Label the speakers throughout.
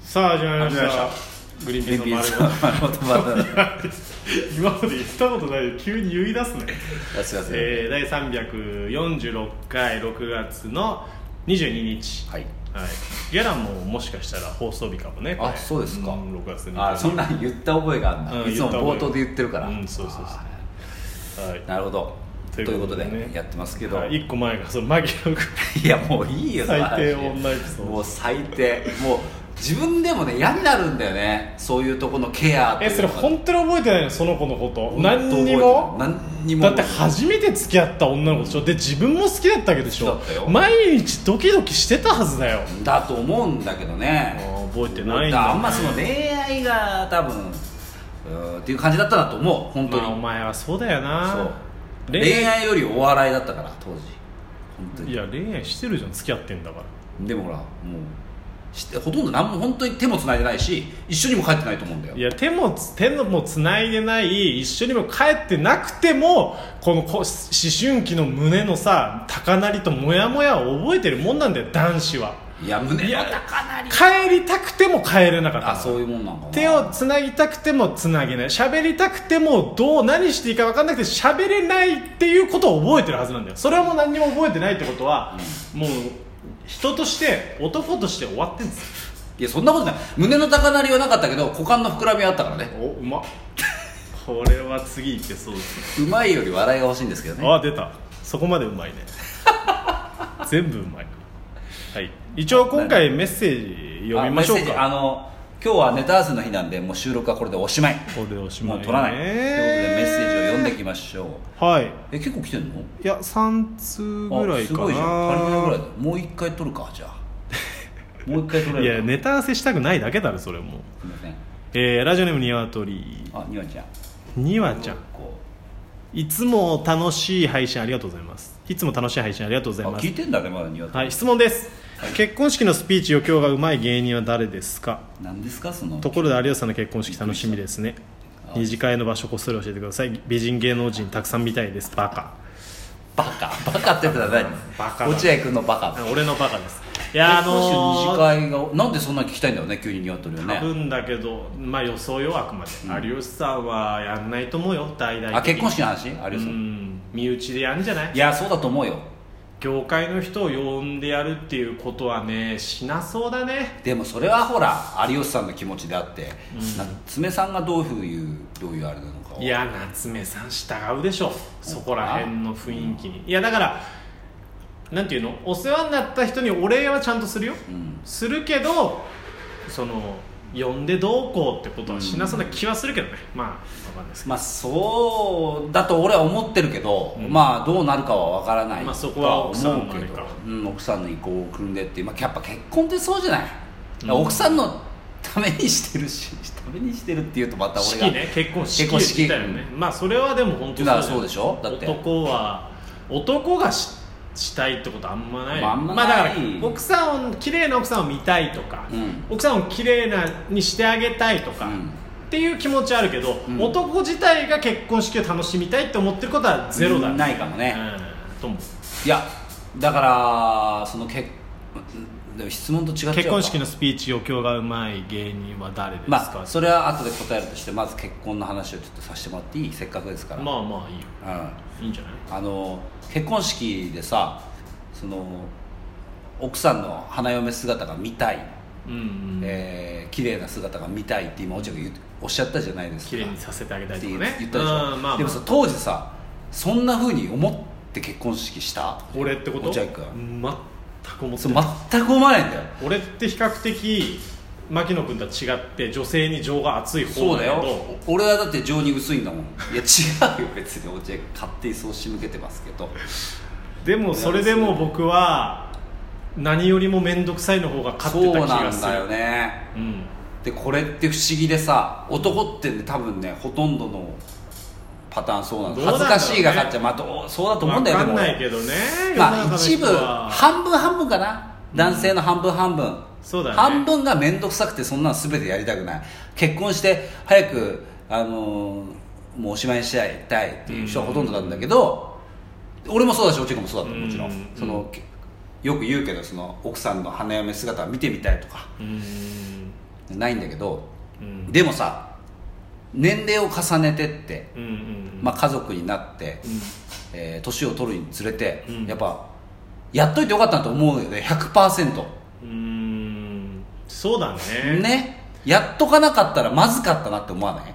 Speaker 1: さあ始まりました
Speaker 2: 始まりま
Speaker 1: グリーンピ
Speaker 2: エンピ
Speaker 1: ー
Speaker 2: ース
Speaker 1: スの
Speaker 2: の
Speaker 1: 丸
Speaker 2: 丸ごとバナナ
Speaker 1: ご今まで言ったことないで急に言い出すね、
Speaker 2: あすいません、
Speaker 1: えー、第346回6月の22日
Speaker 2: はい
Speaker 1: はいギャラももしかしたら放送日かもねこれ
Speaker 2: あそうですか
Speaker 1: ん6月の
Speaker 2: あそんなん言った覚えがあんな、
Speaker 1: うん
Speaker 2: いつ
Speaker 1: 言
Speaker 2: も
Speaker 1: った覚え
Speaker 2: 冒頭で言ってるから、
Speaker 1: うんそうそうそう
Speaker 2: あ
Speaker 1: はい
Speaker 2: ーなるほどということでやってますけど、
Speaker 1: はい
Speaker 2: い、
Speaker 1: 一個前がそのマギの
Speaker 2: やもういいよ
Speaker 1: 最
Speaker 2: その
Speaker 1: 低
Speaker 2: 話
Speaker 1: 女エピソード
Speaker 2: もう最低もう自分でもね嫌になるんだよねそういうとこのケアってい
Speaker 1: え
Speaker 2: う
Speaker 1: それ
Speaker 2: のが
Speaker 1: 本当に覚えてないのその子のこと
Speaker 2: 本当覚えて
Speaker 1: 何
Speaker 2: ない
Speaker 1: にも
Speaker 2: 何にも
Speaker 1: だって初めて付き合った女の子でしょで自分も好きだったわけでしょ
Speaker 2: 好きだったよ
Speaker 1: 毎日ドキドキしてたはずだよ
Speaker 2: だと思うんだけどね
Speaker 1: あー覚えてないんだ
Speaker 2: あんまその恋愛が多分うーんっていう感じだったなと思う本当に、
Speaker 1: まあ、お前はそうだよ
Speaker 2: そ
Speaker 1: な
Speaker 2: う
Speaker 1: 恋
Speaker 2: 恋愛よりお笑いだったから当時本当
Speaker 1: い
Speaker 2: に
Speaker 1: や恋愛してるじゃん付き合ってんだから
Speaker 2: でもほらもうしてほとんど何も本当に手も繋いでないし一緒にも帰ってないと思うんだよ
Speaker 1: いや手もつ手のもつないでない一緒にも帰ってなくてもこのこ思春期の胸のさ高鳴りとモヤモヤを覚えてるもんなんだよ男子はい
Speaker 2: や胸
Speaker 1: いや
Speaker 2: の高鳴り
Speaker 1: 帰りたくても帰れなかった
Speaker 2: あそういうもんなんかな
Speaker 1: 手をつなぎたくてもつなげない喋りたくてもどう何していいか分かんなくて喋れないっていうことを覚えてるはずなんだよそれはもう何にも覚えてないってことは、もう人として男として終わってんです
Speaker 2: いやそんなことない胸の高鳴りはなかったけど股間の膨らみはあったからね
Speaker 1: よおうまっこれは次いけそうですね
Speaker 2: うまいより笑いが欲しいんですけどね
Speaker 1: あ出たそこまでうまいね全部うまいはい一応今回メッセージ読みましょう
Speaker 2: あメッセージあ
Speaker 1: か
Speaker 2: の今日はネタ合わせの日なんでもう収録はこれでおしまい
Speaker 1: これおしまい
Speaker 2: も
Speaker 1: うね
Speaker 2: 取らないということでメッセージを読んでいきましょう
Speaker 1: はい
Speaker 2: え結構来てんの
Speaker 1: いや3通ぐらい
Speaker 2: あす
Speaker 1: かな
Speaker 2: ごいじゃん足りないぐらいだもう一回撮るかじゃ あもう一回撮れる
Speaker 1: いや
Speaker 2: ね
Speaker 1: ネタ合わせしたくないだけだろそれもう、
Speaker 2: すいません
Speaker 1: えーラジオネームにわとり
Speaker 2: あにわちゃん
Speaker 1: にわちゃん
Speaker 2: こ
Speaker 1: いつも楽しい配信ありがとうございますいつも楽しい配信ありがとうご
Speaker 2: う
Speaker 1: ざい
Speaker 2: あ
Speaker 1: ます
Speaker 2: 聞いてんだねまだにわちゃん、
Speaker 1: はい質問です、結婚式のスピーチ余興がうまい芸人は誰ですか
Speaker 2: 何ですかその
Speaker 1: ところで有吉さんの結婚式楽しみですね二次会の場所こっそり教えてください美人芸能人たくさん見たいですバカ
Speaker 2: バカバカって言ったら何
Speaker 1: バカだ
Speaker 2: 落合君のバカ
Speaker 1: あ俺のバカですいやあのー、
Speaker 2: 二次会がなんでそんなに聞きたいんだよね急にニワトリは
Speaker 1: 多
Speaker 2: ね
Speaker 1: 分だけどまあ予想よあくまで、
Speaker 2: うん
Speaker 1: 有吉さんはやんないと思うよ大々的に
Speaker 2: あ結婚式の話有吉
Speaker 1: う
Speaker 2: さん
Speaker 1: ん身内でやるんじゃない
Speaker 2: いやそうだと思うよ
Speaker 1: 業界の人を呼んでやるっていうことはねしなそうだね
Speaker 2: でもそれはほら有吉さんの気持ちであって、な爪さんがどういうどういうあれなのかを
Speaker 1: いや夏目さん従うでしょそこら辺の雰囲気にいやだからなんていうのお世話になった人にお礼はちゃんとするよ、
Speaker 2: うん
Speaker 1: するけどその呼んでどうこうってことはしなそうな気はするけどね、まあわかんないですけ
Speaker 2: まあそうだと俺は思ってるけど、
Speaker 1: うん
Speaker 2: まあどうなるかは分からない
Speaker 1: まあそこは奥さんの
Speaker 2: とは思うけど
Speaker 1: あれか
Speaker 2: うん、奥さんの意向を組んでっていう、まあ、やっぱ結婚ってそうじゃない、だから奥さんのためにしてるしためにしてるっていうとまた
Speaker 1: ど
Speaker 2: 俺
Speaker 1: 式
Speaker 2: が
Speaker 1: ね結婚式
Speaker 2: 結婚式
Speaker 1: だよね、まあそれはでも本当
Speaker 2: だからそうでしょだって
Speaker 1: 男は男がししたいってことあんまないよ、
Speaker 2: まああんま
Speaker 1: だから
Speaker 2: ない
Speaker 1: 奥さんを綺麗な奥さんを見たいとか、
Speaker 2: うん
Speaker 1: 奥さんを綺麗なにしてあげたいとか、
Speaker 2: うん
Speaker 1: っていう気持ちはあるけど、
Speaker 2: うん
Speaker 1: 男自体が結婚式を楽しみたいって思ってることはゼロだ、
Speaker 2: うんないかもね
Speaker 1: うんと思う
Speaker 2: いやだからその結でも質問と違っちゃうか
Speaker 1: 結婚式のスピーチ余興がうまい芸人は誰ですか、
Speaker 2: まあそれは後で答えるとしてまず結婚の話をちょっとさせてもらっていいせっかくですから、
Speaker 1: まあまあいいよ
Speaker 2: うん
Speaker 1: いいんじゃない
Speaker 2: あの結婚式でさその奥さんの花嫁姿が見たい、
Speaker 1: うんうん、
Speaker 2: えー綺麗な姿が見たいって今落合が言うおっしゃったじゃないですか
Speaker 1: 綺麗にさせてあげたい
Speaker 2: っ
Speaker 1: と
Speaker 2: て
Speaker 1: かね
Speaker 2: 言,、ったで
Speaker 1: うん
Speaker 2: しょ、
Speaker 1: まあまあ
Speaker 2: でもさ当時さそんなふうに思って結婚式した
Speaker 1: 俺ってこと
Speaker 2: 落合
Speaker 1: 全く思
Speaker 2: 君
Speaker 1: って
Speaker 2: そう
Speaker 1: ない
Speaker 2: 全く思わないんだよ
Speaker 1: 俺って比較的牧野君とは違って女性に情が熱い
Speaker 2: そ
Speaker 1: 方
Speaker 2: う
Speaker 1: だ
Speaker 2: だ
Speaker 1: けど
Speaker 2: よ俺はだって情に薄いんだもんいや違うよ別に落合君勝手にそう仕向けてますけど
Speaker 1: でもそれでも僕は何よりも面倒くさいの方が勝ってた気がする
Speaker 2: そうなんだよね
Speaker 1: うん
Speaker 2: でこれって不思議でさ男ってね多分ねほとんどのパターンそうなんだ
Speaker 1: どうなん
Speaker 2: 恥
Speaker 1: だ
Speaker 2: ず
Speaker 1: ろうね
Speaker 2: かしいが勝っちゃう、まあどうそうだと思うんだよ
Speaker 1: わ
Speaker 2: ね
Speaker 1: かんないけどね
Speaker 2: まあ一
Speaker 1: 世
Speaker 2: 部
Speaker 1: の中の人は
Speaker 2: 半分半分かな男性の半分半分、
Speaker 1: そうだね
Speaker 2: 半分が面倒くさくてそんなの全てやりたくない結婚して早く、あのーもうおしまいにしちゃいたいっていう人はほとんどなんだけど、俺もそうだし落合君もそうだったもちろん、
Speaker 1: うん
Speaker 2: そのよく言うけどその奥さんの花嫁姿を見てみたいとか
Speaker 1: うーん
Speaker 2: ないんだけど、
Speaker 1: うん
Speaker 2: でもさ年齢を重ねてって、
Speaker 1: うんうん
Speaker 2: まあ、家族になって、
Speaker 1: うん
Speaker 2: えー年を取るにつれて、
Speaker 1: うん
Speaker 2: やっぱやっといてよかったなと思うよね100%
Speaker 1: うーんそうだね
Speaker 2: ねやっとかなかったらまずかったなって思わない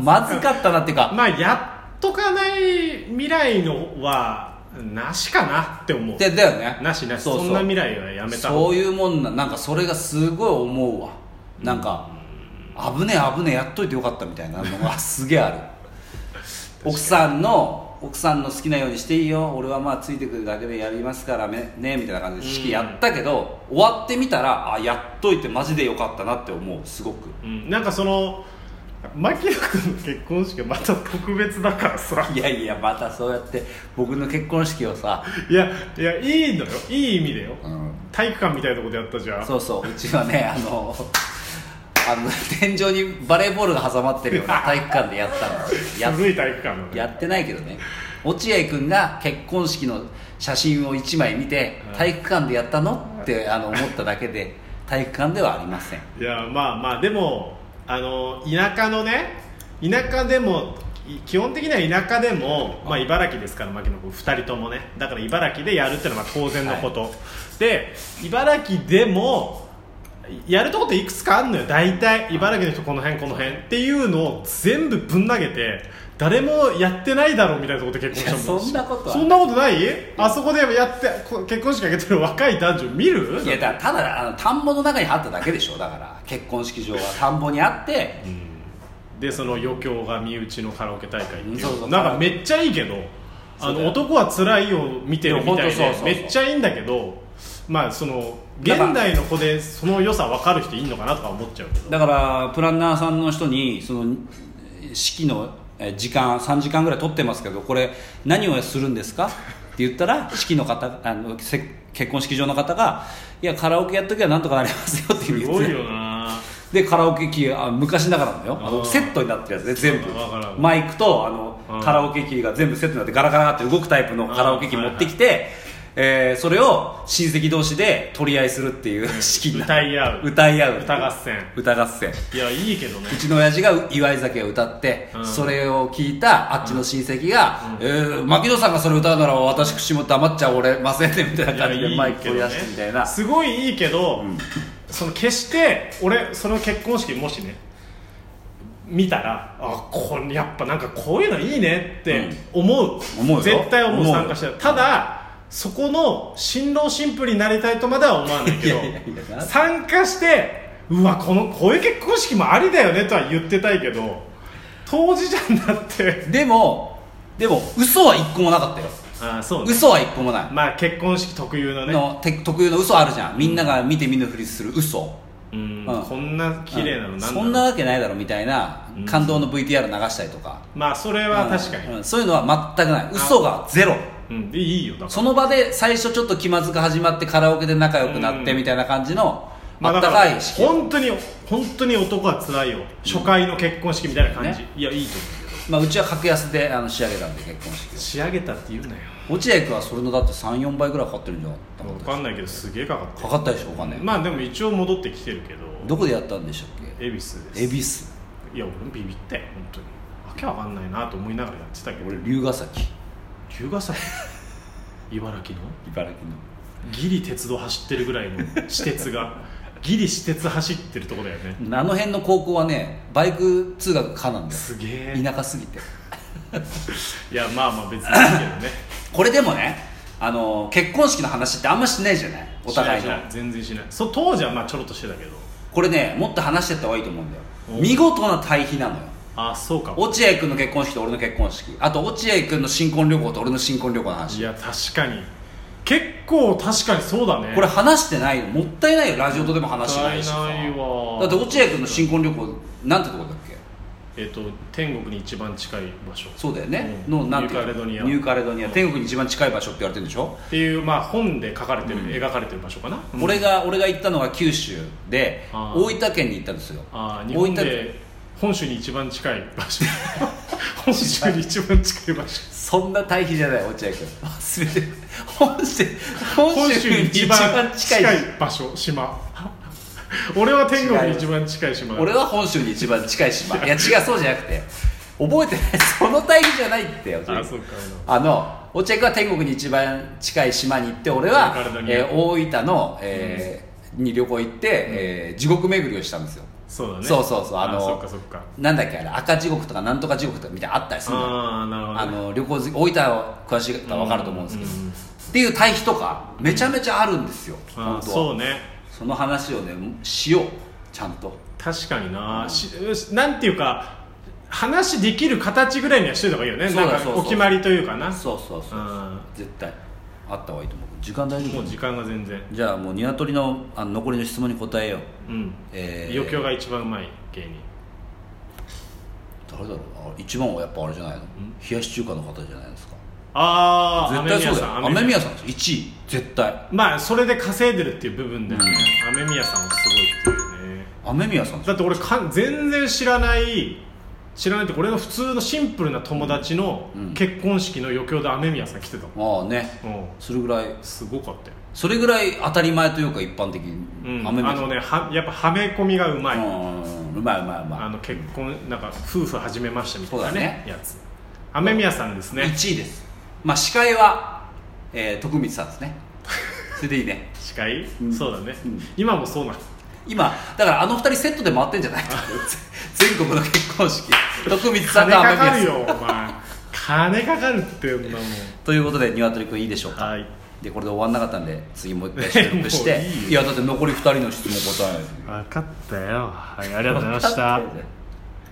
Speaker 2: まずかったなっていうか
Speaker 1: まあやっとかない未来のはなしかなって思う
Speaker 2: でだよね
Speaker 1: なしなし
Speaker 2: う
Speaker 1: そう
Speaker 2: うん
Speaker 1: な未来はやめた
Speaker 2: そう
Speaker 1: う
Speaker 2: いうもんななんかそれがすごい思うわなんか危ねえ危ねえやっといてよかったみたいな のがすげえある奥さんの奥さんの好きなようにしていいよ俺はまあついてくるだけでやりますからねねみたいな感じで式やったけど、終わってみたらあやっといてマジでよかったなって思うすごく
Speaker 1: んなんかその牧野君の結婚式はまた特別だから さ
Speaker 2: いやいやまたそうやって僕の結婚式をさ、
Speaker 1: いやいやいいのよいい意味でよ
Speaker 2: うん、
Speaker 1: 体育館みたいなとこでやったじゃん
Speaker 2: そうそううちはねあのあの天井にバレーボールが挟まってるよ うな体育館でやったのや
Speaker 1: 古い体育館のね
Speaker 2: やってないけどね落合君が結婚式の写真を1枚見て
Speaker 1: うん
Speaker 2: 体育館でやったのってあの思っただけで体育館ではありません
Speaker 1: いやまあまあでもあの田舎のね田舎でもい基本的には田舎でも、まあ、茨城ですから牧野君2人ともねだから茨城でやるってのはまあ当然のこと、で茨城でもやるとこっていくつかあるのよ大体茨城の人この辺この辺っていうのを全部ぶん投げて誰もやってないだろうみたいなところで結婚したも
Speaker 2: いやそんなことは
Speaker 1: そんなことないあそこでやってこ結婚式あげてる若い男女見る
Speaker 2: いやだただあの田んぼの中にあっただけでしょだから結婚式場は田んぼにあって
Speaker 1: でその余興が身内のカラオケ大会っていう
Speaker 2: そうそうそう
Speaker 1: なんかめっちゃいいけどあ
Speaker 2: そうだ
Speaker 1: の
Speaker 2: よ
Speaker 1: 男は辛いを見てるみたい
Speaker 2: いや
Speaker 1: で
Speaker 2: 本当そうそうそう
Speaker 1: めっちゃいいんだけどまあその現代の子でその良さ分かる人いんのかなとか思っちゃうけど
Speaker 2: だからプランナーさんの人にそのえー式のえー時間3時間ぐらい取ってますけどこれ何をするんですかって言ったら式の方あのせ結婚式場の方が「いやカラオケやっときゃなんとかなりますよ」って
Speaker 1: す
Speaker 2: 言っ
Speaker 1: ご
Speaker 2: て
Speaker 1: いよな
Speaker 2: でカラオケキーあ昔ながらのよあ
Speaker 1: あ
Speaker 2: の
Speaker 1: ー
Speaker 2: セットになってるやつで全部
Speaker 1: わかるわかる
Speaker 2: マイクとあの
Speaker 1: うん
Speaker 2: カラオケキーが全部セットになってガラガラって動くタイプのカラオケキー持ってきて、えーそれを親戚同士で取り合いするっていう式にな
Speaker 1: 歌い合う
Speaker 2: 歌い合う
Speaker 1: 歌合戦
Speaker 2: 歌合戦
Speaker 1: いやいいけどね
Speaker 2: うちの親父が祝い酒を歌って、
Speaker 1: うん
Speaker 2: それを聞いたあっちの親戚が「えー牧野さんがそれ歌うなら私も黙っちゃおれませんね」みたい
Speaker 1: い
Speaker 2: な
Speaker 1: や
Speaker 2: 感
Speaker 1: い
Speaker 2: じ
Speaker 1: い
Speaker 2: でマイク
Speaker 1: け
Speaker 2: を
Speaker 1: ど
Speaker 2: 取り
Speaker 1: ね
Speaker 2: 出してみたいな
Speaker 1: すごいいいけど、その決して俺その結婚式もしね見たらあこれやっぱなんかこういうのいいねって思う、
Speaker 2: 思うよ
Speaker 1: 絶対思う
Speaker 2: 思う
Speaker 1: 参加してただそこの新郎新婦になりたいとまでは思わないけど
Speaker 2: いやいやいやな
Speaker 1: 参加してうわこのこういう結婚式もありだよねとは言ってたいけど当事者になって
Speaker 2: でもでも嘘は一個もなかったよ
Speaker 1: あそう
Speaker 2: 嘘は一個もない
Speaker 1: まあ結婚式特有のね
Speaker 2: のて特有の嘘あるじゃんみんなが見て見ぬふりする嘘
Speaker 1: うん
Speaker 2: うん
Speaker 1: こんな綺麗なのなんだろう
Speaker 2: そんなわけないだろみたいな
Speaker 1: うん
Speaker 2: 感動の VTR 流したりとか、
Speaker 1: まあそれは確かに、
Speaker 2: うんうんそういうのは全くない嘘がゼロ
Speaker 1: うん、でいいよだから
Speaker 2: その場で最初ちょっと気まずく始まってカラオケで仲良くなって
Speaker 1: うん
Speaker 2: みたいな感じの
Speaker 1: まあだ
Speaker 2: あった
Speaker 1: ら
Speaker 2: かい式、
Speaker 1: 本当に本当に男は辛いよ初回の結婚式みたいな感じ、
Speaker 2: ね
Speaker 1: いやいいと思うけど
Speaker 2: まあ、うちは格安であの仕上げたんで結婚式
Speaker 1: 仕上げたって言うなよ
Speaker 2: を落合君はそれのだって34倍ぐらいかかってるんじゃなか
Speaker 1: 分
Speaker 2: った
Speaker 1: かんないけどすげえかかって
Speaker 2: かかったでしょお金、
Speaker 1: るまあでも一応戻ってきてるけど
Speaker 2: どこでやったんでしたっ
Speaker 1: 恵比寿
Speaker 2: け
Speaker 1: で
Speaker 2: 恵
Speaker 1: す
Speaker 2: 比寿
Speaker 1: いや俺もビビったよ本当にわけわかんないなと思いながらやってたけど
Speaker 2: 俺龍ヶ崎
Speaker 1: 龍ヶ 崎茨城の
Speaker 2: 茨城の
Speaker 1: ギリ鉄道走ってるぐらいの私鉄 がギリ私鉄走ってるとこだよね
Speaker 2: あの辺の高校はねバイク通学可なんだよ
Speaker 1: すげえ
Speaker 2: 田舎すぎて
Speaker 1: いやまあまあ別にいいけどね
Speaker 2: これでもねあの結婚式の話ってあんましないじゃないお互い
Speaker 1: し
Speaker 2: の
Speaker 1: ないしない全然しないそう当時はまあちょろっとしてたけど
Speaker 2: これねもっと話してった方がいいと思うんだよ
Speaker 1: お
Speaker 2: 見事な対比なのよ
Speaker 1: あそうか
Speaker 2: 落合君の結婚式と俺の結婚式あと落合君の新婚旅行と俺の新婚旅行の
Speaker 1: い
Speaker 2: 話
Speaker 1: や確かに結構確かにそうだね
Speaker 2: これ話してないのもったいないよラジオとでも話してないしさ
Speaker 1: もったいないわ
Speaker 2: だって落合君の新婚旅行なんてとこだっけ
Speaker 1: えっと天国に一番近い場所
Speaker 2: そうだよね、
Speaker 1: うん
Speaker 2: のなんていう
Speaker 1: ニューカレドニア
Speaker 2: ニューカレドニア天国に一番近い場所って言われてるんでしょ
Speaker 1: っていうまあ本で書かれてる、描かれてる場所かな、うん
Speaker 2: 俺が俺が行ったのは九州で
Speaker 1: あ
Speaker 2: 大
Speaker 1: ー
Speaker 2: 分県に行ったんですよ
Speaker 1: あ
Speaker 2: 大
Speaker 1: ー日本
Speaker 2: 分県
Speaker 1: で本州に一番近い場所 本州に一番近い場所
Speaker 2: そんな対比じゃない落合君忘れてる本州
Speaker 1: 本
Speaker 2: 本
Speaker 1: 州
Speaker 2: 州
Speaker 1: に
Speaker 2: に
Speaker 1: 一
Speaker 2: 一
Speaker 1: 番
Speaker 2: 番
Speaker 1: 近
Speaker 2: 近い
Speaker 1: い場所島俺は天国に一番近い島
Speaker 2: 俺は本州に一番近い島いや違うそうじゃなくて覚えてない その対義じゃないって落合君
Speaker 1: あそうか
Speaker 2: あの落合君は天国に一番近い島に行って俺は
Speaker 1: 体、に
Speaker 2: えー大分の、えーに旅行行って、えー地獄巡りをしたんですよ
Speaker 1: そうだね
Speaker 2: そうそうそうあの
Speaker 1: そっかそっか
Speaker 2: なんだっけあれ赤地獄とかなんとか地獄とかみたいなのあったりするのよ
Speaker 1: ああなるほど、ね、
Speaker 2: あの旅行好き大分詳しい方は分かると思うんですけど、
Speaker 1: うう
Speaker 2: っていう対比とかめちゃめちゃあるんですよ、
Speaker 1: うんあ
Speaker 2: 本
Speaker 1: ー
Speaker 2: 当は
Speaker 1: そうね
Speaker 2: その話をねしようちゃんと
Speaker 1: 確かにな、しなんていうか話できる形ぐらいにはしといた方がいいよね
Speaker 2: そうだ
Speaker 1: なん
Speaker 2: そ
Speaker 1: か
Speaker 2: うそ
Speaker 1: お
Speaker 2: う
Speaker 1: 決まりというかな
Speaker 2: そうそうそう、
Speaker 1: うん
Speaker 2: 絶対あった方がいいと思う時間大丈
Speaker 1: も
Speaker 2: 夫
Speaker 1: う時間が全然
Speaker 2: じゃあもう鶏のあの残りの質問に答えよう
Speaker 1: うん、
Speaker 2: えー
Speaker 1: 余興が一番うまい芸人
Speaker 2: 誰だろうな一番はやっぱあれじゃないの冷やし中華の方じゃないですか
Speaker 1: ああ
Speaker 2: 絶対そうだよ雨
Speaker 1: 雨宮
Speaker 2: 宮
Speaker 1: さん
Speaker 2: さんです1位絶対
Speaker 1: まあそれで稼いでるっていう部分で、
Speaker 2: うん
Speaker 1: 雨宮さんはすごいっていうね
Speaker 2: 雨宮さんです
Speaker 1: だって俺かん全然知らない知らないって俺の普通のシンプルな友達の
Speaker 2: うん
Speaker 1: 結婚式の余興で雨宮さん来てたも
Speaker 2: まあね
Speaker 1: ん、うん、
Speaker 2: それぐらい
Speaker 1: すごかったよ
Speaker 2: それぐらい当たり前というか一般的に、
Speaker 1: うん、あ
Speaker 2: 雨宮さん
Speaker 1: のねはやっぱはめ込みがうまい、
Speaker 2: うんうまいうまいう
Speaker 1: あ
Speaker 2: ま
Speaker 1: の結婚なんか夫婦始めましたみたいな
Speaker 2: そうだ
Speaker 1: ね
Speaker 2: ね
Speaker 1: やつ雨宮さんです
Speaker 2: い、
Speaker 1: ね
Speaker 2: 1位ですまあ司会は、えー徳光さんですねそれでいいね
Speaker 1: 司会、
Speaker 2: ん
Speaker 1: そうだね、
Speaker 2: うん
Speaker 1: 今もそうなの
Speaker 2: 今だからあの二人セットで回ってんじゃない全国の結婚式徳光さん
Speaker 1: 金
Speaker 2: と
Speaker 1: か
Speaker 2: 雨
Speaker 1: か
Speaker 2: 宮
Speaker 1: る
Speaker 2: さ
Speaker 1: よ
Speaker 2: ん
Speaker 1: お前金かかるってんなもん
Speaker 2: ということで鶏くんいいでしょうか
Speaker 1: はい
Speaker 2: でこれで終わんなかったんで次もう一回収録して
Speaker 1: もういいよ
Speaker 2: いやだって残り二人の質問答えないです
Speaker 1: 分かったよ、はい、ありがとうございました